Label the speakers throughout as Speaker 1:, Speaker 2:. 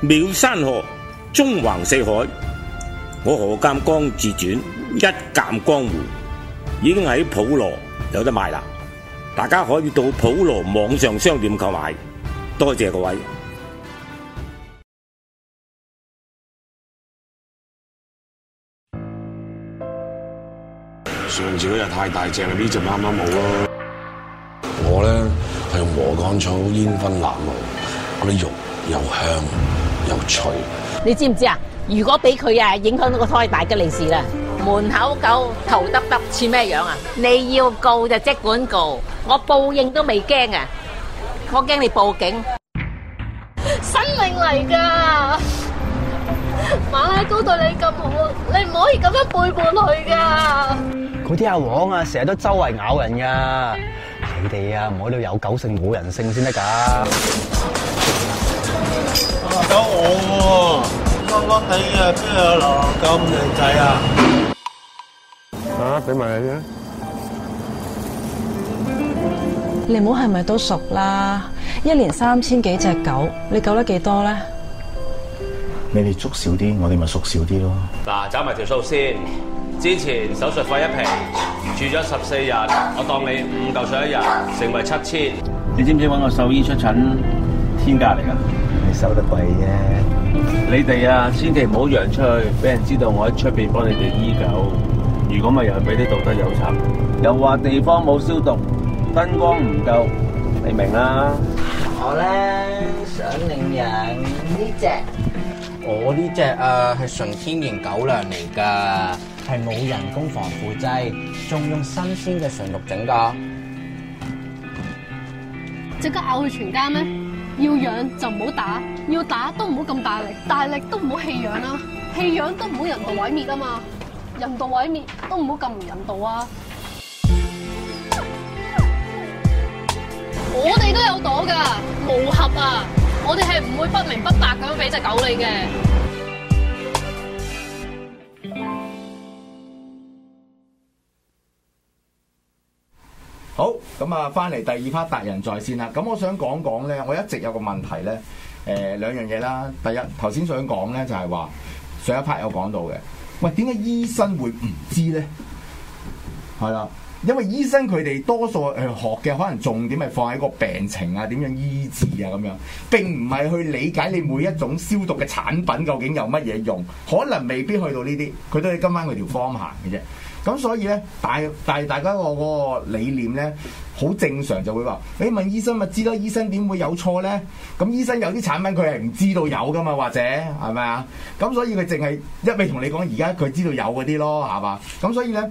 Speaker 1: 妙山河，縱橫四海。我何鑑江自傳一鑑江湖已經喺普羅有得賣啦，大家可以到普羅網上商店購買。多謝各位。
Speaker 2: 上次嗰隻太大隻啦，呢隻啱啱冇咯。我咧係用禾稈草煙燻臘肉，嗰啲肉又香又脆。
Speaker 3: 你知唔知啊？如果俾佢啊影響到個胎，大吉利是啦！門口狗頭耷耷似咩樣啊？你要告就即管告，我報應都未驚啊！我驚你報警。
Speaker 4: 生命嚟噶，馬拉糕對你咁好，你唔可以咁樣背叛佢噶。
Speaker 5: 嗰啲阿黃啊，成日都周圍咬人噶，你哋啊唔好喺度有狗性冇人性先得噶。
Speaker 6: 狗我喎，笠笠地啊，邊有流浪狗咁靚仔啊？
Speaker 7: 啊，俾埋你啦。
Speaker 8: 你唔好係咪都熟啦？一年三千幾隻狗，你救得幾多咧？
Speaker 9: 你哋捉少啲，我哋咪縮少啲咯。
Speaker 10: 嗱，找埋條數先。之前手術費一皮，住咗十四日，我當你五嚿水一日，成為七千。
Speaker 11: 你知唔知揾個獸醫出診天價嚟㗎？
Speaker 9: 你收得貴啫。
Speaker 11: 你哋啊，千祈唔好揚出去，俾人知道我喺出邊幫你哋醫狗。如果咪又係俾啲道德有賊，又話地方冇消毒，燈光唔夠，你明啦。
Speaker 12: 我咧想領養呢隻。
Speaker 13: 我呢隻啊係純天然狗糧嚟㗎，係冇人工防腐劑，仲用新鮮嘅純肉整㗎。
Speaker 4: 即刻咬佢全家咩？要養就唔好打，要打都唔好咁大力，大力都唔好棄養啦，棄養都唔好人道毀滅啊嘛，人道毀滅都唔好咁唔人道啊！我哋都有朵㗎，無合啊！我哋係唔會不明不白咁樣俾隻狗你嘅。
Speaker 14: 好，咁啊，翻嚟第二 part 達仁在線啦。咁我想講講咧，我一直有個問題咧，誒、呃、兩樣嘢啦。第一，頭先想講咧就係話上一 part 有講到嘅，喂點解醫生會唔知咧？係啦。因為醫生佢哋多數誒學嘅可能重點係放喺個病情啊、點樣醫治啊咁樣，並唔係去理解你每一種消毒嘅產品究竟有乜嘢用，可能未必去到呢啲，佢都係跟翻佢條方行嘅啫。咁所以咧，大但係大家個個理念咧，好正常就會話：你問醫生咪知咯，醫生點會有錯咧？咁醫生有啲產品佢係唔知道有噶嘛，或者係咪啊？咁所以佢淨係一味同你講而家佢知道有嗰啲咯，係嘛？咁所以咧。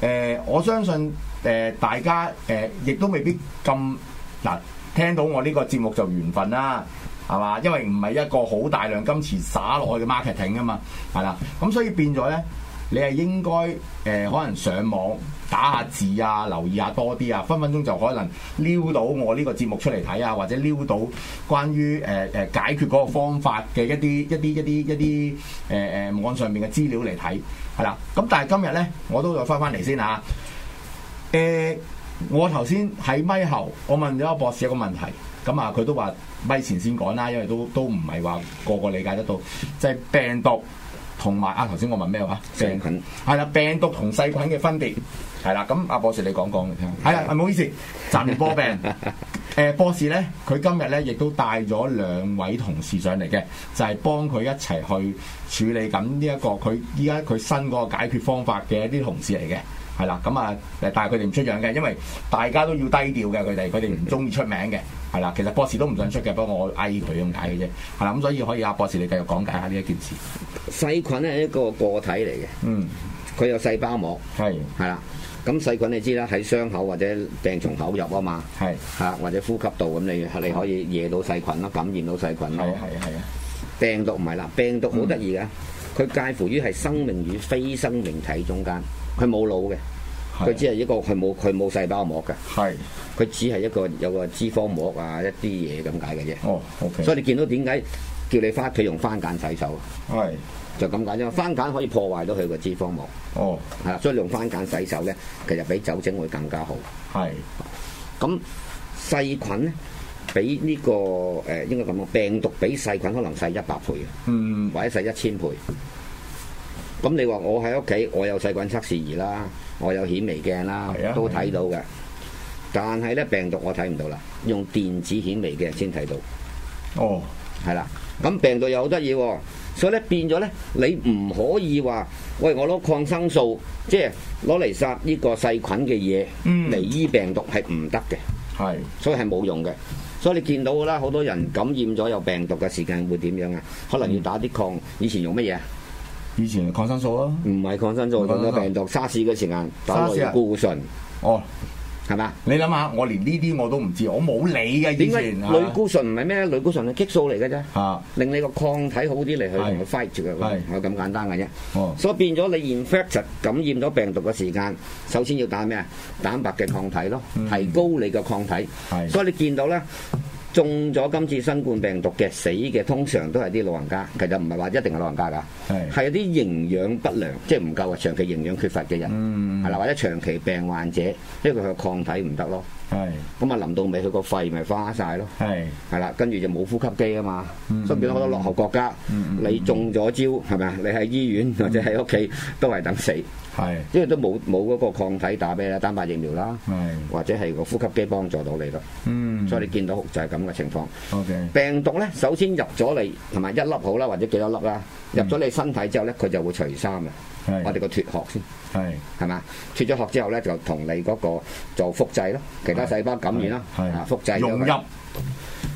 Speaker 14: 誒、呃、我相信誒、呃、大家誒、呃、亦都未必咁嗱、呃，聽到我呢個節目就緣分啦，係嘛？因為唔係一個好大量金錢灑落去嘅 marketing 啊嘛，係啦，咁所以變咗咧，你係應該誒、呃、可能上網打下字啊，留意下多啲啊，分分鐘就可能撩到我呢個節目出嚟睇啊，或者撩到關於誒誒、呃、解決嗰個方法嘅一啲一啲一啲一啲誒誒網上面嘅資料嚟睇。係啦，咁但係今日咧，我都再翻翻嚟先嚇。誒、欸，我頭先喺咪後，我問咗阿博士一個問題，咁啊，佢都話咪前先講啦，因為都都唔係話個個理解得到，就係、是、病毒同埋啊頭先我問咩話？
Speaker 15: 細菌
Speaker 14: 係啦，病毒同細菌嘅分別係啦，咁阿博士你講講嚟聽。係啦，唔好意思，暫時波病。 誒、欸、博士咧，佢今日咧亦都帶咗兩位同事上嚟嘅，就係、是、幫佢一齊去。處理緊呢一個佢依家佢新嗰個解決方法嘅一啲同事嚟嘅，係啦，咁啊誒，但係佢哋唔出樣嘅，因為大家都要低調嘅，佢哋佢哋
Speaker 15: 嗯
Speaker 14: 唔中意出名嘅，係啦，其實博士都唔想出嘅，不過我嗌佢咁解嘅啫，係啦，咁所以可以阿博士你繼續講解下呢一件事。
Speaker 15: 細菌係一個個體嚟嘅，
Speaker 14: 嗯，
Speaker 15: 佢有細胞膜，
Speaker 14: 係
Speaker 15: 係啦。咁細菌你知啦，喺傷口或者病從口入啊嘛，
Speaker 14: 係
Speaker 15: 嚇或者呼吸道咁，你你可以惹到細菌咯，感染到細菌咯，
Speaker 14: 係啊嗯係啊係啊。
Speaker 15: 病毒唔係啦，病毒好得意噶，佢介乎於係生命與非生命體中間，佢冇腦嘅，佢只係一個佢冇佢冇細胞膜嘅，
Speaker 14: 係
Speaker 15: 佢只係一個有個脂肪膜啊一啲嘢咁解嘅啫。
Speaker 14: 哦，OK。
Speaker 15: 所以你見到點解叫你返屋企用番梘洗手？啊
Speaker 14: 係
Speaker 15: 就咁簡單，番梘可以破壞到佢個脂肪膜。
Speaker 14: 哦，
Speaker 15: 係啦，所以用番梘洗手咧，其實比酒精會更加好。
Speaker 14: 係
Speaker 15: 咁細菌咧。比呢、個誒、呃、應該咁講，病毒比細菌可能細一百倍，
Speaker 14: 嗯，
Speaker 15: 或者細一千倍。咁你話我喺屋企，我有細菌測試儀啦，我有顯微鏡啦，
Speaker 14: 係啊
Speaker 15: 都睇到嘅。但係咧病毒我睇唔到啦，用電子顯微鏡先睇到。
Speaker 14: 哦，
Speaker 15: 係啦。咁病毒又好得意喎，所以咧變咗咧，你唔可以話喂我攞抗生素，即係攞嚟殺呢個細菌嘅嘢
Speaker 14: 嗯
Speaker 15: 嚟醫病毒係唔得嘅。
Speaker 14: 係，
Speaker 15: 所以係冇用嘅。所以你見到㗎啦，好多人感染咗有病毒嘅時間會點樣啊？可能要打啲抗，以前用乜嘢啊？
Speaker 14: 以前抗生素啊，
Speaker 15: 唔係抗生素，
Speaker 14: 唔係
Speaker 15: 用
Speaker 14: 抗生素
Speaker 15: 咗病毒沙士嘅時間打
Speaker 14: SARS 啊
Speaker 15: 類固醇，
Speaker 14: 哦，
Speaker 15: 係嘛？
Speaker 14: 你諗下，我連呢啲我都唔知，我冇理嘅以
Speaker 15: 點解
Speaker 14: 前啊
Speaker 15: 類固醇唔係咩？類固醇係激素嚟嘅啫，
Speaker 14: 啊，
Speaker 15: 令你個抗體好啲嚟去同佢
Speaker 14: 係
Speaker 15: fight 住佢
Speaker 14: 係，
Speaker 15: 係咁簡單嘅
Speaker 14: 哦
Speaker 15: 啫。所以變咗你 infected 感染咗病毒嘅時間，首先要打咩啊？蛋白嘅抗體咯，
Speaker 14: 嗯
Speaker 15: 提高你嘅抗體。
Speaker 14: 係
Speaker 15: 所以你見到咧，中咗今次新冠病毒嘅死嘅，通常都係啲老人家，其實唔係話一定係老人家㗎，
Speaker 14: 係
Speaker 15: 係有啲營養不良，即係唔夠啊，長期營養缺乏嘅人，
Speaker 14: 嗯
Speaker 15: 係啦、或者長期病患者，因為佢個抗體唔得咯，
Speaker 14: 係
Speaker 15: 咁啊臨到尾佢個肺咪花晒咯，
Speaker 14: 係
Speaker 15: 係啦，跟住就冇呼吸機啊嘛，
Speaker 14: 嗯
Speaker 15: 所以變咗好多落後國家，
Speaker 14: 嗯嗯
Speaker 15: 你中咗招係咪啊？你喺醫院或者喺屋企都係等死，
Speaker 14: 係
Speaker 15: 因為都冇冇嗰個抗體打俾你啦，蛋白疫苗啦，
Speaker 14: 係，
Speaker 15: 或者係個呼吸機幫助到你咯。
Speaker 14: 嗯
Speaker 15: 所以你見到就係咁嘅情況。
Speaker 14: ，OK，
Speaker 15: 病毒咧，首先入咗你同埋一粒好啦，或者幾多粒啦，入咗你身體之後咧，佢就會除衫嘅。
Speaker 14: 嗯係
Speaker 15: 我哋個脱殼先
Speaker 14: 係
Speaker 15: 係嘛？脱咗殼之後咧，就同你嗰個做複製咯，其他細胞感染啦，
Speaker 14: 係
Speaker 15: 啊複製咗佢
Speaker 14: 融入，哦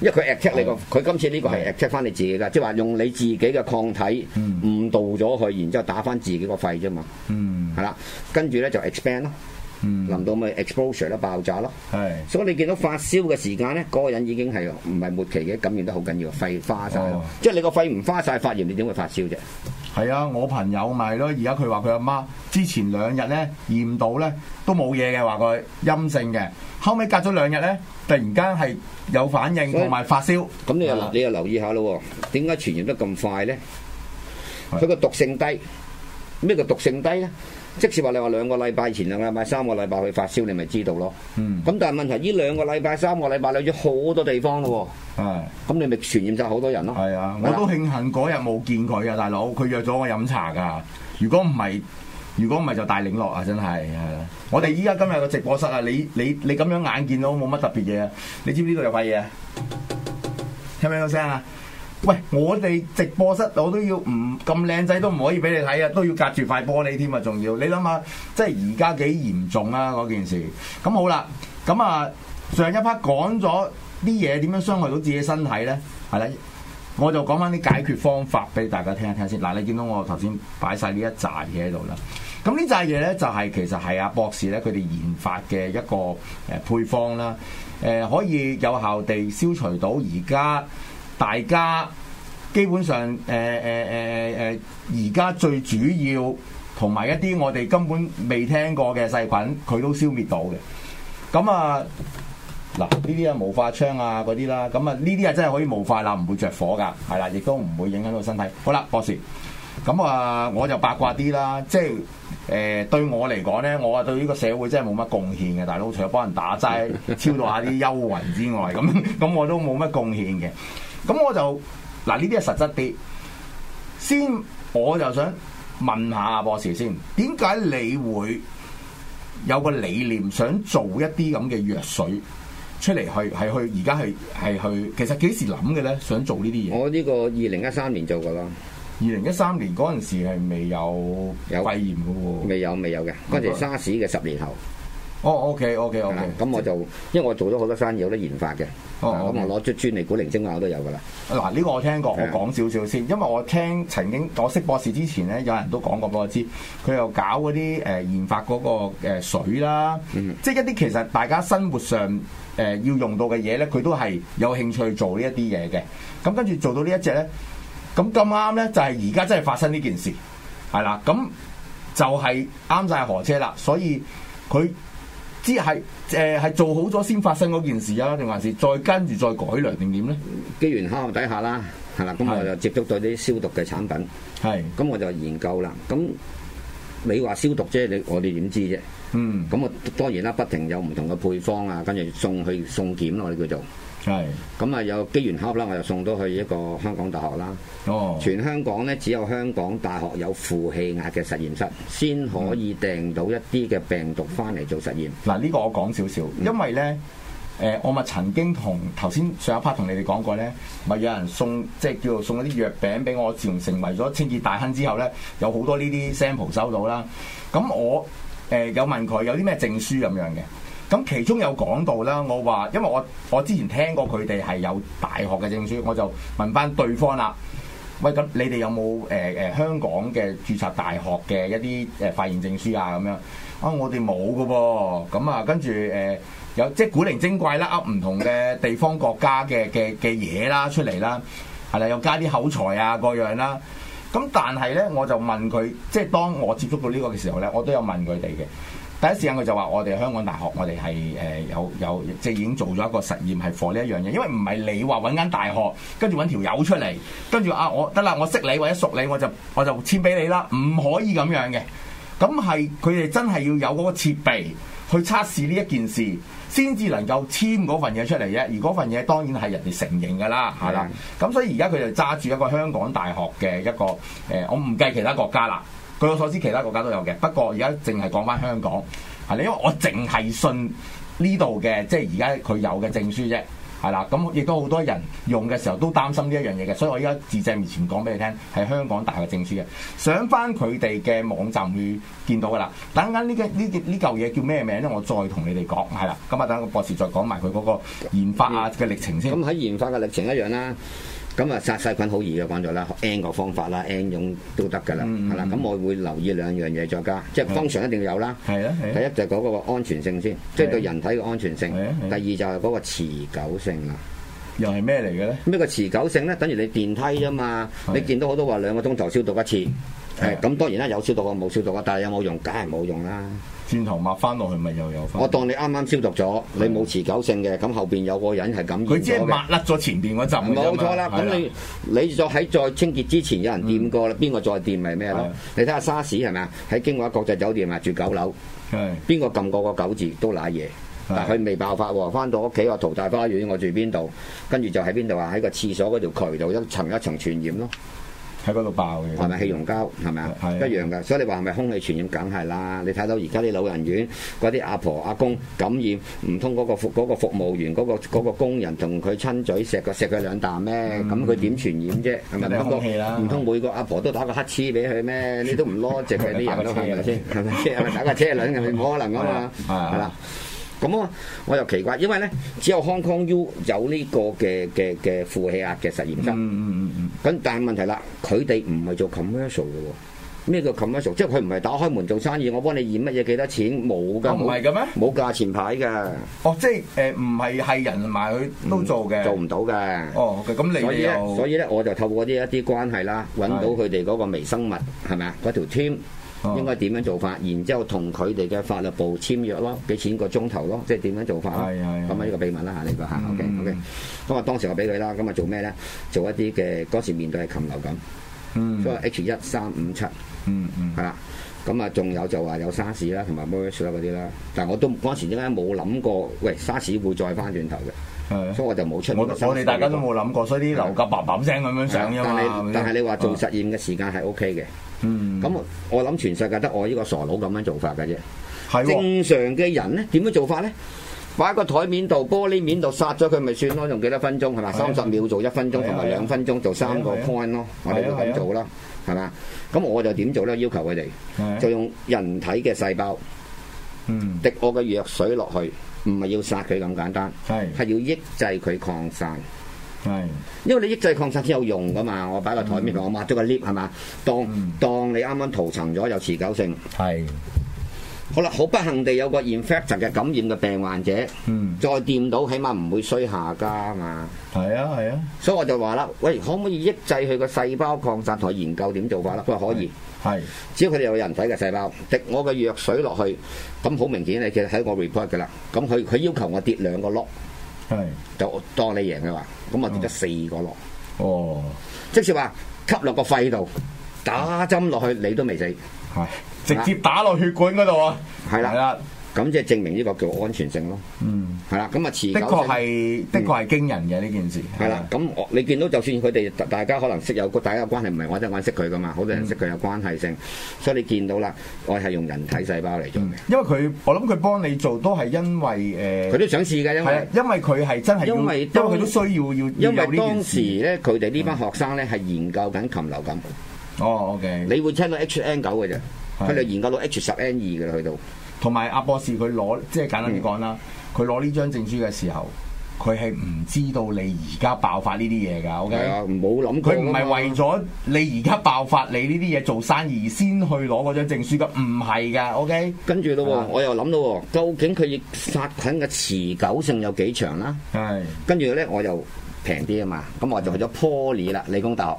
Speaker 15: 因為佢 attack 你個，佢今次呢個係 attack 翻你自己㗎，即係話用你自己嘅抗體誤導咗佢，然之後打翻自己個肺啫嘛，
Speaker 14: 嗯
Speaker 15: 係啦，跟住咧就 expand 咯，
Speaker 14: 嗯
Speaker 15: 臨到咪 exposure 咯，爆炸咯。
Speaker 14: 係。
Speaker 15: 所以你見到發燒嘅時間咧，嗰、個人已經係唔係末期嘅，感染得好緊要，肺花晒咯。
Speaker 14: 哦
Speaker 15: 即係你個肺唔花晒發炎，你點會發燒啫？
Speaker 14: 係啊，我朋友咪係咯，而家佢話佢阿媽之前兩日咧驗到咧都冇嘢嘅，話佢陰性嘅，後尾隔咗兩日咧，突然間係有反應
Speaker 15: 所以
Speaker 14: 同埋發燒。
Speaker 15: 咁你又
Speaker 14: 啊
Speaker 15: 你又留意下咯喎，點解傳染得咁快咧？
Speaker 14: 係
Speaker 15: 佢個毒性低，咩叫毒性低咧？即使話你話兩個禮拜前兩個禮拜三個禮拜去發燒，你咪知道咯。
Speaker 14: 嗯，
Speaker 15: 咁但係問題，呢兩個禮拜三個禮拜你去咗好多地方咯
Speaker 14: 係
Speaker 15: 喎，咁你咪傳染晒好多人咯。
Speaker 14: 係啊，我都慶幸嗰日冇見佢啊，大佬，佢約咗我飲茶㗎。如果唔係，如果唔係就大領落啊，真係係啊！我哋依家今日個直播室啊，你你你咁樣眼見到冇乜特別嘢啊，你知唔知呢度有塊嘢啊？聽唔聽到聲啊？喂，我哋直播室我都要唔咁靚仔都唔可以俾你睇啊，都要隔住塊玻璃添啊，仲要你諗下，即係而家幾嚴重啊嗰件事。咁好啦，咁啊上一 part 講咗啲嘢點樣傷害到自己身體咧，係啦。我就講翻啲解決方法俾大家聽一聽先。嗱，你見到我頭先擺晒呢一扎嘢喺度啦。咁呢扎嘢咧就係、其實係阿博士咧佢哋研發嘅一個呃誒配方啦。誒、可以有效地消除到而家大家基本上呃誒誒誒誒而家呃最主要同埋一啲我哋根本未聽過嘅細菌，佢都消滅到嘅。咁啊〜嗱，呢啲啊無化槍啊嗰啲啦，咁啊呢啲啊真係可以無化啦，唔會着火噶，係啦，亦都唔會影響到身體。好啦，博士，咁啊我就八卦啲啦，即係誒、呃、對我嚟講咧，我啊對呢個社會真係冇乜貢獻嘅，大佬除咗幫人打齋、超度下啲幽魂之外，咁 咁我都冇乜貢獻嘅。咁我就嗱呢啲係實質啲，先我就想問下啊博士先，點解你會有個理念想做一啲咁嘅藥水？出嚟去係去而家係係去，其實幾時諗嘅咧？想做呢啲嘢？
Speaker 15: 我呢個二零一三年做過咯，
Speaker 14: 二零一三年嗰陣時係未有
Speaker 15: 有
Speaker 14: 肺炎嘅喎。
Speaker 15: 未有未有嘅，嗰陣時沙士嘅十年後。
Speaker 14: 哦，OK OK
Speaker 15: 係啦
Speaker 14: OK。
Speaker 15: 咁我就因為我做咗好多生意，好多研發嘅，
Speaker 14: 哦
Speaker 15: 啊咁
Speaker 14: ，OK
Speaker 15: 我攞出專利古靈精怪我都有㗎啦。
Speaker 14: 嗱，呢個我聽過，我
Speaker 15: 係啊
Speaker 14: 講少少先，因為我聽曾經我識博士之前咧，有人都講過俾我知，佢又搞嗰啲誒研發嗰個誒水啦，
Speaker 15: 嗯
Speaker 14: 即係一啲其實大家生活上誒、呃要用到嘅嘢咧，佢都係有興趣做呢一啲嘢嘅。咁跟住做到呢一隻咧，咁咁啱咧就係而家真係發生呢件事，係啦，咁就係啱晒河車啦，所以佢。知係誒係做好咗先發生嗰件事啊，定還是再跟住再改良定點咧？
Speaker 15: 機緣巧合底下啦，係啦，咁我就接觸到啲消毒嘅產品，
Speaker 14: 係
Speaker 15: 咁我就研究啦。咁你話消毒啫，你我哋點知啫？
Speaker 14: 嗯，
Speaker 15: 啊咁我當然啦，不停有唔同嘅配方啊，跟住送去送檢咯，我哋叫做
Speaker 14: 係
Speaker 15: 咁啊有機緣巧合啦，我又送到去一個香港大學啦。
Speaker 14: 哦，
Speaker 15: 全香港咧只有香港大學有負氣壓嘅實驗室，先可以訂到一啲嘅病毒翻嚟做實驗。嗯
Speaker 14: 嗱，呢個我講少少，因為咧。誒、我咪曾經同頭先上一 part 同你哋講過咧，咪有人送即係叫做送一啲藥餅俾我，自從成為咗清潔大亨之後咧，有好多呢啲 sample 收到啦。咁我誒、有問佢有啲咩證書咁樣嘅，咁其中有講到啦，我話因為我我之前聽過佢哋係有大學嘅證書，我就問翻對方啦。喂，咁你哋有冇誒誒香港嘅註冊大學嘅一啲誒、呃、發現證書啊？咁樣啊，我哋冇嘅噃。咁啊，跟住誒、呃有即係古靈精怪啦，噏唔同嘅地方國家嘅嘅嘅嘢啦出嚟啦，係啦，又加啲口才啊各樣啦。咁但係咧，我就問佢，即係當我接觸到呢個嘅時候咧，我都有問佢哋嘅。第一時間佢就話：我哋香港大學，我哋係誒有有即係已經做咗一個實驗係 for 呢一樣嘢，因為唔係你話揾間大學，跟住揾條友出嚟，跟住啊我得啦，我識你或者熟你，我就我就簽俾你啦，唔可以咁樣嘅。咁係佢哋真係要有嗰個設備去測試呢一件事，先至能夠簽嗰份嘢出嚟啫。而嗰份嘢當然係人哋承認㗎啦，係啦。咁所以而家佢就揸住一個香港大學嘅一個誒、呃我唔計其他國家啦。據我所知，其他國家都有嘅，不過而家淨係講翻香港係啦，因為我淨係信呢度嘅，即係而家佢有嘅證書啫。係啦，咁亦都好多人用嘅時候都擔心呢一樣嘢嘅，所以我而家自證面前講俾你聽，係香港大學證書嘅。上翻佢哋嘅網站會見到噶啦。等緊呢個呢個呢嚿嘢叫咩名咧？我再同你哋講係啦。咁啊，等個博士再講埋佢嗰個研發啊嘅歷程先。
Speaker 15: 咁喺研發嘅歷程一樣啦。咁啊，殺細菌好易嘅講咗啦，N 個方法啦，N 種都得㗎啦，
Speaker 14: 嗯
Speaker 15: 係啦、咁我會留意兩樣嘢再加，即係
Speaker 14: 係
Speaker 15: function 一定要有啦。
Speaker 14: 係啊
Speaker 15: 第
Speaker 14: 係啊
Speaker 15: 一就係嗰個安全性先，即係對
Speaker 14: 係啊
Speaker 15: 人體嘅安全性。第
Speaker 14: 係啊
Speaker 15: 二就係嗰個持久性啦。
Speaker 14: 又係咩嚟嘅咧？
Speaker 15: 咩個持久性咧？等於你電梯啫嘛，你
Speaker 14: 嗯
Speaker 15: 見到好多話兩個鐘頭消毒一次，誒咁當然啦，有消毒啊，冇消毒啊，但係有冇用？梗係冇用啦。
Speaker 14: 轉頭抹翻落去咪又有翻。
Speaker 15: 我當你啱啱消毒咗，你冇持久性嘅，咁後邊有個人係感染
Speaker 14: 佢只係
Speaker 15: 咗嘅
Speaker 14: 抹甩咗前邊嗰陣㗎啫嘛。
Speaker 15: 冇錯啦，
Speaker 14: 啊係
Speaker 15: 咁你你再喺再清潔之前有人掂過啦，邊個再掂咪咩咯？你睇下沙士係咪啊？喺經過一國際酒店啊，住九樓，邊個撳過個九字都揦嘢。但佢未爆發喎，翻到屋企話淘大花園，我住邊度，跟住就喺邊度啊？喺個廁所嗰條渠度一層一層傳染咯，
Speaker 14: 喺嗰度爆嘅，
Speaker 15: 係咪氣溶膠係咪啊？一樣㗎，所以你話係咪空氣傳染梗係啦？你睇到而家啲老人院嗰啲阿婆阿公感染，唔通嗰個服嗰個服務員嗰個嗰個工人同佢親嘴錫個錫佢兩啖咩？咁佢點傳染啫？係咪？
Speaker 14: 有啲
Speaker 15: 不過
Speaker 14: 嗯空氣啦
Speaker 15: 唔通每個阿婆都打個乞嗤俾佢咩？你都唔 logic 嘅啲人都係 咪先？係咪先？係咪打架車輪係咪冇可能㗎嘛？
Speaker 14: 係啊
Speaker 15: 係啦。咁我我又奇怪，因為咧只有 Hong Kong U 有呢個嘅嘅嘅負氣壓嘅實
Speaker 14: Ừ,
Speaker 15: 驗室。
Speaker 14: 嗯嗯嗯
Speaker 15: 咁但係問題啦，佢哋唔係做 commercial 嘅喎。咩叫 commercial？即係佢唔係打開門做生意，我幫你驗乜嘢幾多錢冇㗎，
Speaker 14: 哦唔係嘅咩？
Speaker 15: 冇價錢牌㗎，
Speaker 14: 哦，即係誒唔係係人埋佢
Speaker 15: Ừ.
Speaker 14: 都做嘅，
Speaker 15: 做唔到㗎。
Speaker 14: 哦，咁你
Speaker 15: 所以咧，
Speaker 14: 又
Speaker 15: 所以咧，我就透過呢一啲關係啦，揾到佢哋嗰個微生物係咪啊？嗰條 team
Speaker 14: Ờ. 哦
Speaker 15: 應該點樣做法？然之後同佢哋嘅法律部簽約咯，幾錢個鐘頭咯，即係點樣做法咯？
Speaker 14: 係係係
Speaker 15: 咁啊，呢個秘密啦嚇，呢個嚇，OK À,
Speaker 14: Ừ,
Speaker 15: OK。咁啊，當時我俾佢啦，咁啊做咩咧？做一啲嘅嗰時面對係禽流感，
Speaker 14: 嗯
Speaker 15: 所以 H 一三五七
Speaker 14: 嗯嗯
Speaker 15: 係啦。咁啊，仲有就話有沙士啦，同埋 MERS 啦嗰啲啦，但我都嗰時點解冇諗過，喂沙士會再翻轉頭嘅，
Speaker 14: 係啊
Speaker 15: 所以我就冇出。
Speaker 14: 我我哋大家都冇諗過，所
Speaker 15: À.
Speaker 14: 以啲樓價嘭嘭聲咁樣上啫嘛
Speaker 15: 但係
Speaker 14: 係咪先
Speaker 15: 但係你話做實驗嘅時間係 O K 嘅。
Speaker 14: 嗯，
Speaker 15: 咁我諗全世界得我呢個傻佬咁樣做法嘅啫。
Speaker 14: 係
Speaker 15: 正常嘅人咧，點樣做法咧？擺喺個台面度、玻璃面度殺咗佢咪算咯，用幾多分鐘係啊咪？三十秒做一分鐘，同埋兩分鐘做三個 point 咯，我哋會咁做啦，啊係啊嘛？咁我就點做咧？要求佢
Speaker 14: 係
Speaker 15: 哋就用人體嘅細胞
Speaker 14: 嗯
Speaker 15: 滴我嘅藥水落去，唔係要殺佢咁簡單，
Speaker 14: 係
Speaker 15: 係要抑制佢擴散。
Speaker 14: 係
Speaker 15: 因為你抑制擴散先有用噶嘛，我擺個台面度，我抹咗個 lift 係嘛，當、當你啱啱塗層咗有持久性。
Speaker 14: 係。
Speaker 15: 好啦，好不幸地有個 infection 嘅感染嘅病患者，
Speaker 14: 嗯
Speaker 15: 再掂到起碼唔會衰下家嘛。
Speaker 14: 係啊係啊，
Speaker 15: 所以我就話啦，喂，可唔可以抑制佢個細胞擴散同埋研究點做法啦？佢話可以，
Speaker 14: 係
Speaker 15: 只要佢哋有人體嘅細胞，滴我嘅藥水落去，咁好明顯你其實睇我 report 噶啦。咁佢佢要求我跌兩個 lock，
Speaker 14: 係
Speaker 15: 就當你贏嘅話，咁我跌咗四個 lock。
Speaker 14: 哦，
Speaker 15: 即是話吸落個肺度，打針落去你都未死。
Speaker 14: 係直接打落血管嗰度啊，
Speaker 15: 係啦，咁即係證明呢個叫安全性咯。
Speaker 14: 嗯，
Speaker 15: 係啦，咁啊持久
Speaker 14: 的
Speaker 15: 性
Speaker 14: 確係的確係驚人嘅呢件事。
Speaker 15: 嗯係啦，咁我你見到就算佢哋大大家可能識有個大家有關係，唔係我真係我識佢噶
Speaker 14: 嗯
Speaker 15: 嘛，好多人識佢有關係性，所以你見到啦，我係用人體細胞嚟做嘅。
Speaker 14: 因為佢，我諗佢幫你做都係因為誒，
Speaker 15: 佢都想試㗎因為
Speaker 14: 係啊因為佢係真係要，
Speaker 15: 因
Speaker 14: 因
Speaker 15: 為
Speaker 14: 為
Speaker 15: 當
Speaker 14: 佢都需要要
Speaker 15: 因
Speaker 14: 要有
Speaker 15: 為
Speaker 14: 呢件
Speaker 15: 當
Speaker 14: 事
Speaker 15: 時。咧，佢哋呢班學生咧係研究緊禽流感。
Speaker 14: 哦，OK。
Speaker 15: 你會聽到 HN 九嘅啫，佢哋研究到 H 十 N 二嘅啦，去到。
Speaker 14: 同埋阿博士佢攞，即係簡單
Speaker 15: 嗯
Speaker 14: 啲講啦，佢攞呢張證書嘅時候，佢係唔知道你而家爆發呢啲嘢㗎，OK？
Speaker 15: 係啊冇諗過
Speaker 14: 佢唔
Speaker 15: 㗎
Speaker 14: 係
Speaker 15: 嘛
Speaker 14: 為咗你而家爆發你呢啲嘢做生意而先去攞嗰張證書㗎，唔係㗎，OK？
Speaker 15: 跟住咯
Speaker 14: 係啊
Speaker 15: 喎，我又諗到喎，究竟佢殺菌嘅持久性有幾長啦？
Speaker 14: 係。
Speaker 15: 跟住咧，我又平啲啊嘛，咁我就去咗 Poly 啦，理工大學。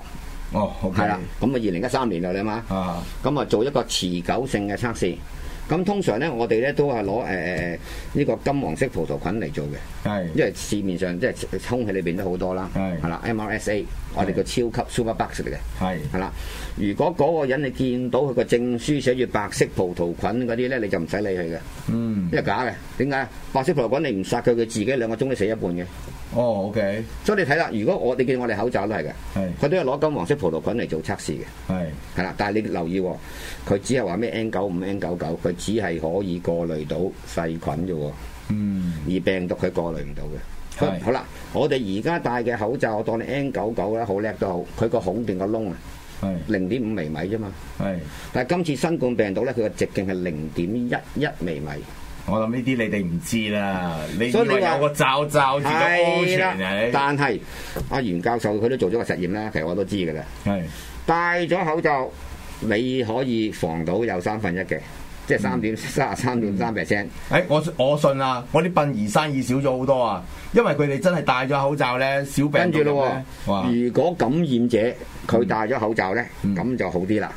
Speaker 14: 哦，
Speaker 15: 係啦，咁啊，二零一三年嚟啦嘛，咁啊做一個持久性嘅測試。咁通常咧，我哋咧都係攞誒誒誒呢個金黃色葡萄菌嚟做嘅，
Speaker 14: 係
Speaker 15: 因為市面上即係空氣裏邊都好多啦，係啦，MRSA 我哋叫超級 super bug 嚟嘅，
Speaker 14: 係
Speaker 15: 係啦。如果嗰個人你見到佢個證書寫住白色葡萄菌嗰啲咧，你就唔使理佢嘅，
Speaker 14: 嗯
Speaker 15: 因為假嘅。點解？白色葡萄菌你唔殺佢，佢自己兩個鐘都死一半嘅。
Speaker 14: 哦，OK。
Speaker 15: 所以你睇啦，如果我哋見我哋口罩都係嘅，佢都係攞金黃色葡萄菌嚟做測試嘅。
Speaker 14: 係
Speaker 15: 係啦，但係你留意喎，佢只係話咩 N 九五 N 九九，佢只係可以過濾到細菌啫喎，
Speaker 14: 嗯，
Speaker 15: 而病毒佢過濾唔到嘅。
Speaker 14: 係
Speaker 15: 好啦，我哋而家戴嘅口罩，我當你 N 九九啦，好叻都好，佢個孔定個窿啊，
Speaker 14: 係
Speaker 15: 零點五微米啫嘛。
Speaker 14: 係，
Speaker 15: 但係今次新冠病毒咧，佢個直徑係零點一一微米。
Speaker 14: 我諗呢啲你哋唔知啦，你以
Speaker 15: 所以你
Speaker 14: 為
Speaker 15: 話
Speaker 14: 有個罩罩住個安
Speaker 15: 係
Speaker 14: 全啊
Speaker 15: 啦，
Speaker 14: 你？
Speaker 15: 但係阿袁教授佢都做咗個實驗啦，其實我都知嘅啦。
Speaker 14: 係
Speaker 15: 戴咗口罩，你可以防到有三分一嘅，即係三點三十三點三 percent。
Speaker 14: 誒、哎我我信啦，我啲殯儀生意少咗好多啊，因為佢哋真係戴咗口罩咧，小病
Speaker 15: 跟
Speaker 14: 毒
Speaker 15: 住
Speaker 14: 咁
Speaker 15: 咯
Speaker 14: 咧，
Speaker 15: 喎，如果感染者佢戴咗口罩咧，咁就好啲啦。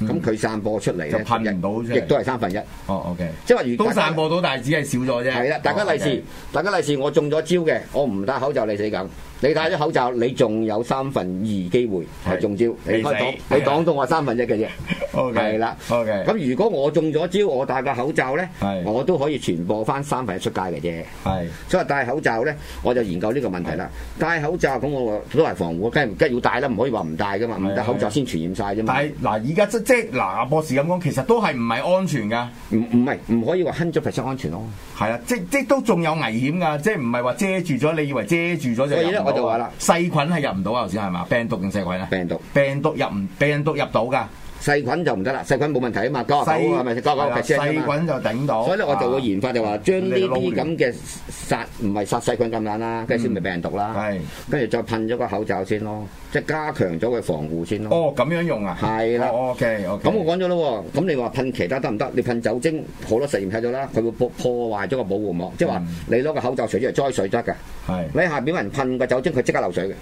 Speaker 15: 咁佢散播出嚟
Speaker 14: 嗯就
Speaker 15: 咧，
Speaker 14: 噴唔到出嚟
Speaker 15: 亦都係三分一。
Speaker 14: 嗯哦，OK，
Speaker 15: 即係話如
Speaker 14: 都散播到，哦但係只係少咗啫。
Speaker 15: 係啦，大家利是，大家利是，我中咗招嘅，我唔戴口罩你死梗。你戴咗口罩，你仲有三分二機會係中招，你
Speaker 14: 未
Speaker 15: 開
Speaker 14: 死
Speaker 15: 擋，你擋到我三分一嘅啫。
Speaker 14: 哦 OK，
Speaker 15: 係啦
Speaker 14: ，OK，
Speaker 15: 咁如果我中咗招，我戴個口罩咧
Speaker 14: 係，
Speaker 15: 我都可以傳播翻三分一出街嘅啫。
Speaker 14: 係。
Speaker 15: 所以戴口罩咧，我就研究呢個問題啦。戴口罩咁我都係防護，梗係梗係要戴啦，唔可以話唔戴噶嘛，
Speaker 14: 啊
Speaker 15: 唔戴口罩先傳染晒啫嘛。
Speaker 14: 但係嗱，而家即即嗱，阿博士咁講，其實都係唔係安全㗎？
Speaker 15: 唔唔係唔可以話 hundred percent 安全咯。
Speaker 14: 係啊，即即都仲有危險㗎，即唔係話遮住咗，你以為遮住咗就
Speaker 15: 所以
Speaker 14: 入
Speaker 15: 咧
Speaker 14: 唔
Speaker 15: 我
Speaker 14: 到
Speaker 15: 就話
Speaker 14: 啊
Speaker 15: 啦
Speaker 14: 細菌係入唔到啊，頭先係嘛？病毒定細菌啊？
Speaker 15: 病毒，
Speaker 14: 病毒入唔病毒入到㗎，
Speaker 15: 細菌就唔得啦，細菌冇問題啊嘛，九啊九係咪？九啊九 percent
Speaker 14: 細菌就頂到。
Speaker 15: 所以咧，我就會研發就話將呢
Speaker 14: 你
Speaker 15: 啲
Speaker 14: 撈亂
Speaker 15: 咁嘅殺唔係殺細菌咁簡單啦，跟住先咪病
Speaker 14: 啊
Speaker 15: 毒啦，跟住再噴咗個口罩先咯，即係加強咗佢防護先咯。
Speaker 14: 哦，咁樣用啊？
Speaker 15: 係啦
Speaker 14: ，OK OK。
Speaker 15: 咁我講咗咯喎，咁你話噴其他得唔得？你噴酒精好多實驗睇到啦，佢會破破壞咗個保護膜，即係話
Speaker 14: 嗯
Speaker 15: 你攞個口罩除咗嚟栽水得㗎，
Speaker 14: 係
Speaker 15: 你下邊有人噴個酒精，佢即刻漏水嘅。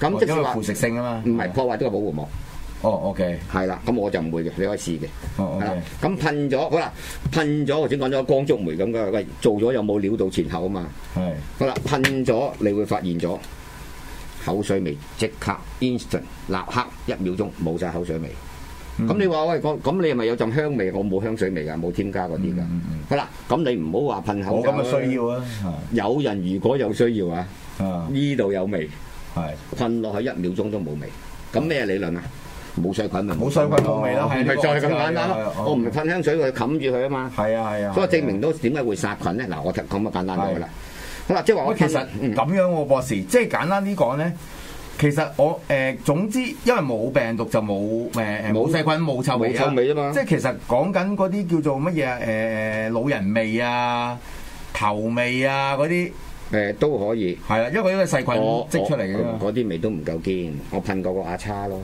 Speaker 15: 咁即
Speaker 14: 哦因
Speaker 15: 係
Speaker 14: 為
Speaker 15: 話
Speaker 14: 腐蝕性啊嘛，
Speaker 15: 唔係破壞咗個保護膜。
Speaker 14: 哦，OK，
Speaker 15: 係啦，咁我就唔會嘅，你可以試嘅。
Speaker 14: 哦
Speaker 15: 係啦，咁噴咗好啦，噴咗頭先講咗光觸媒咁嘅，喂，做咗有冇料到前後啊嘛？
Speaker 14: 係
Speaker 15: 好啦，噴咗你會發現咗口水味即刻 instant 立刻一秒鐘冇晒口水味。咁、
Speaker 14: 嗯
Speaker 15: 你話喂，咁咁你係咪有陣香味？我冇香水味㗎，冇添加嗰啲㗎。好啦，咁你唔好話噴口
Speaker 14: 嗯冇
Speaker 15: 罩
Speaker 14: 咁嘅需要啊。
Speaker 15: 有人如果有需要啊，呢度有味，
Speaker 14: 係
Speaker 15: 噴落去一秒鐘都冇味。咁咩理論啊？冇細菌咪
Speaker 14: 冇細菌冇味啦
Speaker 15: 咯
Speaker 14: 係
Speaker 15: 咪
Speaker 14: 呢
Speaker 15: 就
Speaker 14: 個
Speaker 15: 係
Speaker 14: 我知
Speaker 15: 咁
Speaker 14: 啊
Speaker 15: 簡單
Speaker 14: 係啊
Speaker 15: 咯。
Speaker 14: 係啊
Speaker 15: 我唔係噴香水，佢冚住佢啊嘛。
Speaker 14: 係啊係啊
Speaker 15: 所以證明到點解會殺菌咧？嗱，我咁啊簡單咗啦。好啦，即係話
Speaker 14: 喂
Speaker 15: 我
Speaker 14: 其
Speaker 15: 噴
Speaker 14: 實咁樣喎，博士，即係簡單啲講咧。其實我誒、呃、總之，因為冇病毒就冇誒誒冇
Speaker 15: 冇
Speaker 14: 細菌冇臭味啊
Speaker 15: 冇臭味啊嘛
Speaker 14: 即係其實講緊嗰啲叫做乜嘢啊誒老人味啊、頭味啊嗰啲
Speaker 15: 誒都可以。
Speaker 14: 係啦，因為因為細菌
Speaker 15: 我
Speaker 14: 積出嚟嘅嘛
Speaker 15: 我嗰啲味都唔夠堅，我噴過個阿叉咯。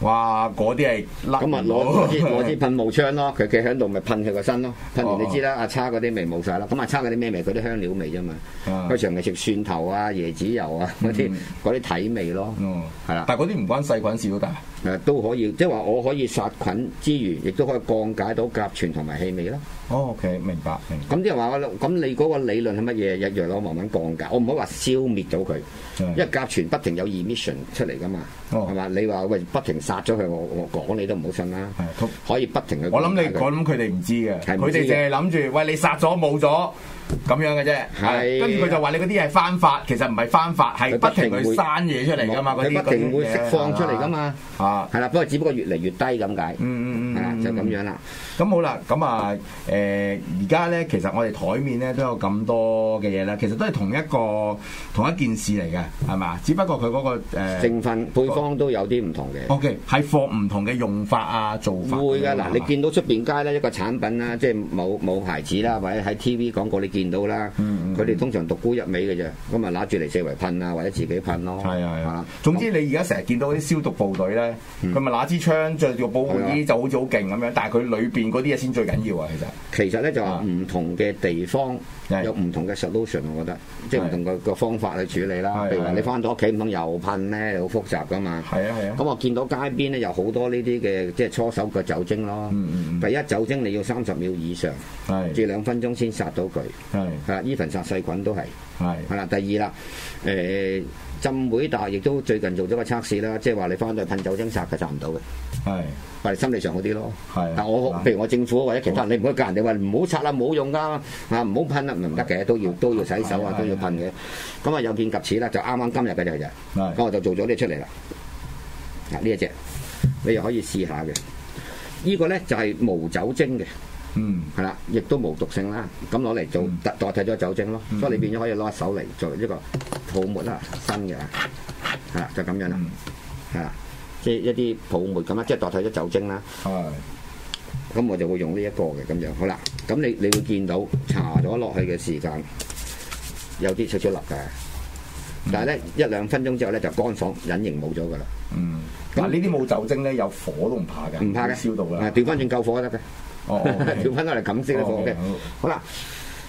Speaker 14: 哇！嗰啲係甩
Speaker 15: 咁啊，
Speaker 14: 唔
Speaker 15: 攞
Speaker 14: 到
Speaker 15: 攞支 攞支噴霧槍咯，佢企喺度咪噴佢個身咯，噴
Speaker 14: 哦
Speaker 15: 完你知啦，阿叉嗰啲味冇晒啦。咁阿叉嗰啲咩味？佢啲香料味啫嘛。
Speaker 14: 啊
Speaker 15: 佢長期食蒜頭啊、椰子油啊嗰啲嗰啲體味咯。
Speaker 14: 嗯
Speaker 15: 係啦。
Speaker 14: 但係嗰啲唔關細菌事都得。
Speaker 15: 誒都可以，即係話我可以殺菌之餘，亦都可以降解到甲醛同埋氣味啦。
Speaker 14: 哦，OK，明白，明白。
Speaker 15: 咁啲人話我咁你嗰個理論係乜嘢？一樣我慢慢降解，我唔好話消滅到佢，因為甲醛不停有 emission 出嚟噶嘛，
Speaker 14: 嗯哦
Speaker 15: 係嘛、你話喂不停殺咗佢，我我講你都唔好信啦，可以不停去
Speaker 14: 我諗你
Speaker 15: 降解
Speaker 14: 我諗佢哋唔知嘅，
Speaker 15: 係
Speaker 14: 佢
Speaker 15: 唔知
Speaker 14: 哋
Speaker 15: 嘅
Speaker 14: 淨係諗住喂你殺咗冇咗咁樣嘅啫。
Speaker 15: 係
Speaker 14: 跟住佢就話你嗰啲係翻法，其實唔係翻法，係不停去
Speaker 15: 會
Speaker 14: 生嘢出嚟噶嘛，嗰啲
Speaker 15: 佢不停會釋放出嚟噶。嘛，
Speaker 14: 啊，
Speaker 15: 係啦，不過只不過越嚟越低咁解，
Speaker 14: 嗯嗯嗯
Speaker 15: 係啦，就咁樣啦。
Speaker 14: 咁好啦，咁啊誒，而家咧其實我哋台面咧都有咁多嘅嘢啦，其實都係同一個同一件事嚟嘅，係嘛？只不過佢嗰、個、誒
Speaker 15: 成分配方都有啲唔同嘅。
Speaker 14: O K 係放唔同嘅用法啊做哦法。
Speaker 15: 會㗎嗱，你
Speaker 14: 見
Speaker 15: 見到出邊街咧一個產品啦，即係冇冇牌子啦，或者喺 TV 廣告你見到啦，
Speaker 14: 嗯
Speaker 15: 佢哋通常獨沽一味嘅啫，咁啊揦住嚟四圍噴啊，或者自己噴咯。係啊係啊，
Speaker 14: 總之你而家成日見到嗰啲消毒部隊咧，佢咪拿支槍着住個保護
Speaker 15: 係啊
Speaker 14: 衣就好似好勁咁樣，但係佢裏邊嗰啲嘢先最緊要啊，其實。
Speaker 15: 其實咧就
Speaker 14: 啊
Speaker 15: 話唔同嘅地方有唔同嘅 solution，我覺得即係唔同個個方法去處理啦。
Speaker 14: 係
Speaker 15: 譬如話
Speaker 14: 係
Speaker 15: 你翻到屋企唔通又噴咩，好複雜噶嘛。
Speaker 14: 係啊係啊
Speaker 15: 咁我見到街邊咧有好多呢啲嘅即係搓手腳酒精
Speaker 14: 嗯
Speaker 15: 咯。第一酒精你要三十秒以上，至兩分鐘先殺到佢。
Speaker 14: 係
Speaker 15: 係啦，even 殺細菌都係。
Speaker 14: 係
Speaker 15: 係啦，第二啦，誒浸會大亦都最近做咗個測試啦，即係話你翻到去噴酒精殺佢殺唔到嘅。
Speaker 14: 係。
Speaker 15: 我哋心理上好啲咯。
Speaker 14: 係啊嗯
Speaker 15: 但我譬如我政府或者其他人，你唔可以教人哋話唔好擦啦，冇用噶，啊唔好噴啦，唔得嘅，都要都要洗手啊，都要噴嘅。咁啊有見及此啦，就啱啱今日嘅就
Speaker 14: 係
Speaker 15: 咁我就做咗呢出嚟啦。嗱呢一隻，你又可以試下嘅。呢個咧就係無酒精嘅。
Speaker 14: 嗯，
Speaker 15: 係啦，亦都無毒性啦，咁攞嚟做代代替咗酒精咯，所以你變咗可以攞手嚟做一個泡沫啦，新嘅啦，係啦，就咁樣啦，係啦，即係一啲泡沫咁啦，即係代替咗酒精啦。
Speaker 14: 係。
Speaker 15: 咁我就會用呢一個嘅咁樣，好啦，咁你你會見到搽咗落去嘅時間有啲少少粒嘅，但係咧一兩分鐘之後咧就乾爽，隱形冇咗㗎啦。
Speaker 14: 嗯，嗱呢啲冇酒精咧，有火都唔怕嘅，
Speaker 15: 唔怕嘅，
Speaker 14: 燒到
Speaker 15: 啊
Speaker 14: 啦。
Speaker 15: 調翻轉救火都得嘅。
Speaker 14: 哦 ，OK
Speaker 15: 調翻落嚟咁先得火嘅
Speaker 14: 哦，OK，好。
Speaker 15: 好啦，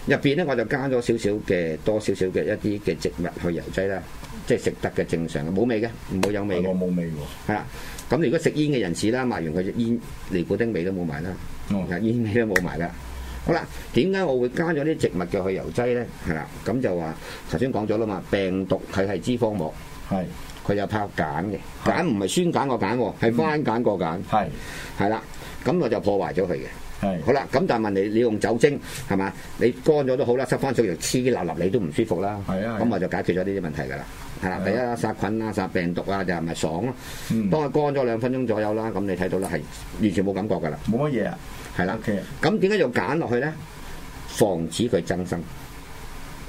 Speaker 15: 入邊咧我就加咗少少嘅多少少嘅一啲嘅植物去油劑啦，即係食得嘅正常嘅，冇味嘅，唔會有味嘅。
Speaker 14: 冇味喎。
Speaker 15: 係啦，咁如果食煙嘅人士啦，抹完佢隻煙尼古丁味都冇埋啦，
Speaker 14: 哦
Speaker 15: 煙味都冇埋啦。好啦，點解我會加咗啲植物嘅去油劑咧？係啦，咁就話頭先講咗啦嘛，病毒佢係脂肪膜，
Speaker 14: 係
Speaker 15: 佢有泡鹼嘅，鹼唔係酸鹼個鹼喎，係番鹼個鹼，
Speaker 14: 係
Speaker 15: 係啦，咁我就破壞咗佢嘅。
Speaker 14: 係
Speaker 15: 好啦，咁但係問你，你用酒精係嘛？你乾咗都好啦，濕翻水就黐立立，你都唔舒服啦。
Speaker 14: 係啊係啊
Speaker 15: 咁我就解決咗呢啲問題㗎啦。係啦，
Speaker 14: 係啊
Speaker 15: 第一殺菌啦、殺病毒啊，就係咪爽咯？
Speaker 14: 嗯
Speaker 15: 當佢乾咗兩分鐘左右啦，咁你睇到啦，係完全冇感覺㗎啦。
Speaker 14: 冇乜嘢啊。
Speaker 15: 係啦
Speaker 14: OK。
Speaker 15: 咁點解要揀落去咧？防止佢增生。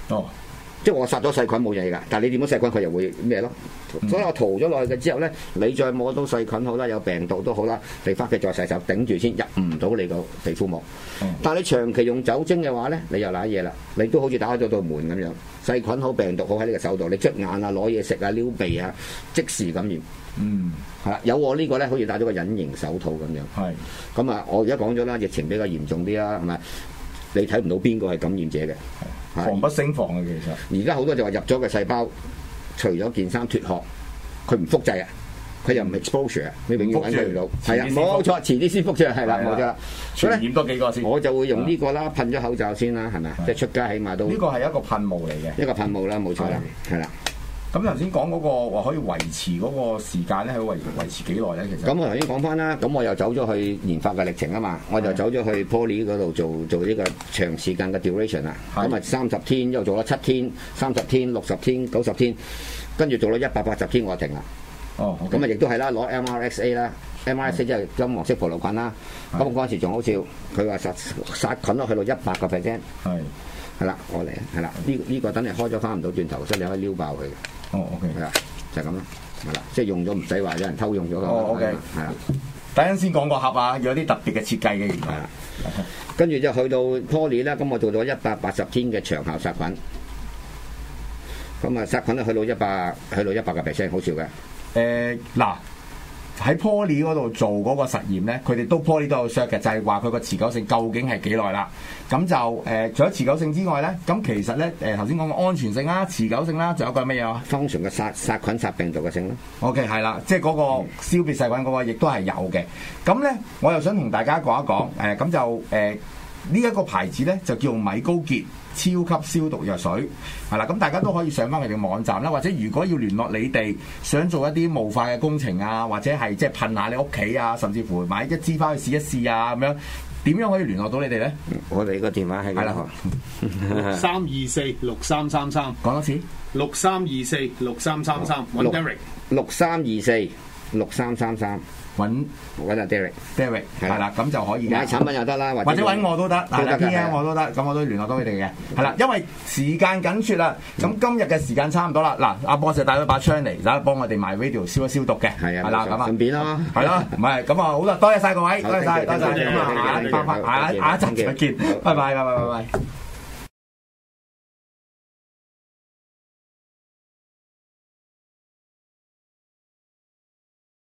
Speaker 14: 哦。
Speaker 15: 即係我殺咗細菌冇嘢㗎，但係你掂咗細菌佢又會咩咯？所以我塗咗落去嘅之後咧，你再摸到細菌好啦，有病毒都好啦，你翻屋企再洗手頂住先，入唔到你個皮膚膜。但係你長期用酒精嘅話咧，你又揦嘢啦，你都好似打開咗道門咁樣，細菌好病毒好喺你個手度，你捽眼啊、攞嘢食啊、撩鼻啊，即時感染。
Speaker 14: 嗯，
Speaker 15: 係啦，有我呢個咧，好似戴咗個隱形手套咁樣。
Speaker 14: 係。
Speaker 15: 咁啊，我而家講咗啦，疫情比較嚴重啲啦，係咪？你睇唔到邊個係感染者嘅，
Speaker 14: 防不勝防嘅啊其實。
Speaker 15: 而家好多就話入咗個細胞，除咗件衫脱殼，佢唔複製啊，佢又唔 exposure 啊，你永遠揾佢唔到
Speaker 14: 唔。複製
Speaker 15: 係啊，
Speaker 14: 遲啲先
Speaker 15: 冇
Speaker 14: 複
Speaker 15: 錯，遲啲先複製係啦，
Speaker 14: 係啊
Speaker 15: 冇錯啦。
Speaker 14: 傳染
Speaker 15: 多
Speaker 14: 幾個先
Speaker 15: 我就會用呢個啦，噴咗口罩先啦，係咪啊？即係出街起碼都
Speaker 14: 呢個係一個噴霧嚟嘅。
Speaker 15: 一個噴霧啦，冇錯啦，係啦。
Speaker 14: 咁頭先講嗰個話可以維持嗰個時間咧，係維維持幾耐咧？其實
Speaker 15: 咁我頭先講翻啦，咁我又走咗去研發嘅歷程啊嘛，我就走咗去 Poly 嗰度做做呢個長時間嘅 duration 啦，咁啊三十天又做咗七天、三十天、六十天、九十天，跟住做咗一百八十天我就停啦。
Speaker 14: 哦，
Speaker 15: 咁啊亦都係啦，攞 MRSA 啦。MRSA 即係金黃色葡萄菌啦，咁我嗰陣時仲好笑，佢話殺殺菌咯，去到一百個 percent，
Speaker 14: 係
Speaker 15: 係啦，我嚟啊係啦，呢呢個等你開咗翻唔到轉頭，所以你可以撩爆佢嘅，
Speaker 14: 哦，OK，
Speaker 15: 係啦，啊就係咁啦，係啦，即係用咗唔使話有人偷用咗咁，
Speaker 14: 哦，OK
Speaker 15: 係啦。
Speaker 14: 等陣先講個盒啊，有啲特別嘅設計嘅原
Speaker 15: 啊
Speaker 14: 來。
Speaker 15: 跟住就去到 Poly 啦，咁我做咗一百八十天嘅長效殺菌，咁啊殺菌咧去到一百去到一百個 percent，好少嘅。
Speaker 14: 誒嗱、喺 Poly 嗰度做嗰個實驗咧，佢哋都 Poly 都有 s 嘅，就係話佢個持久性究竟係幾耐啦。咁就誒、呃除咗持久性之外咧，咁其實咧誒頭先講嘅安全性啦、啊持久性啦，仲有一個係乜嘢啊
Speaker 15: ？function 嘅殺殺菌殺病毒嘅性啦。
Speaker 14: OK，係啦，即係嗰個消滅細菌嗰個亦都係有嘅。咁咧，我又想同大家講一講，誒、咁就誒。呃呢一個牌子呢，就叫米高傑超級消毒藥水，係啦，咁大家都可以上翻佢哋網站啦，或者如果要聯絡你哋想做一啲霧化嘅工程啊，或者係即係噴下你屋企啊，甚至乎買一支翻去試一試啊咁樣，點樣可以聯絡到你哋呢？
Speaker 15: 我哋個電話係
Speaker 14: 係啦，
Speaker 16: 三二四六三三三，
Speaker 14: 講多次，
Speaker 16: 六三二四六三三三，揾
Speaker 15: 六
Speaker 16: Derek。
Speaker 15: 六三二四六三三三，
Speaker 14: 揾
Speaker 15: 揾阿 Derek。
Speaker 14: Derek 係啦，咁就可以嘅
Speaker 15: 買產品又得啦，
Speaker 14: 或者揾我都得，
Speaker 15: 都
Speaker 14: 嗱
Speaker 15: 得㗎啊
Speaker 14: P M 我都得，咁我都聯絡到佢哋嘅，係啦，因為時間緊缺啦，咁今日嘅時間差唔多啦，嗱，阿博士帶咗把槍嚟，嗱，幫我哋埋 video 消一消毒嘅，係
Speaker 15: 啊
Speaker 14: 係啦，
Speaker 15: 冇錯
Speaker 14: 咁啊，
Speaker 15: 順便啦
Speaker 14: 係啦，唔係，咁啊，好啦，多謝晒各位，
Speaker 15: 好
Speaker 14: 多謝晒，多謝
Speaker 15: 多謝
Speaker 14: 晒，咁啊，下
Speaker 15: thank you，thank
Speaker 14: 一翻翻下
Speaker 15: you，
Speaker 14: 下一集
Speaker 15: thank you
Speaker 14: 再見，拜拜，拜拜，拜拜。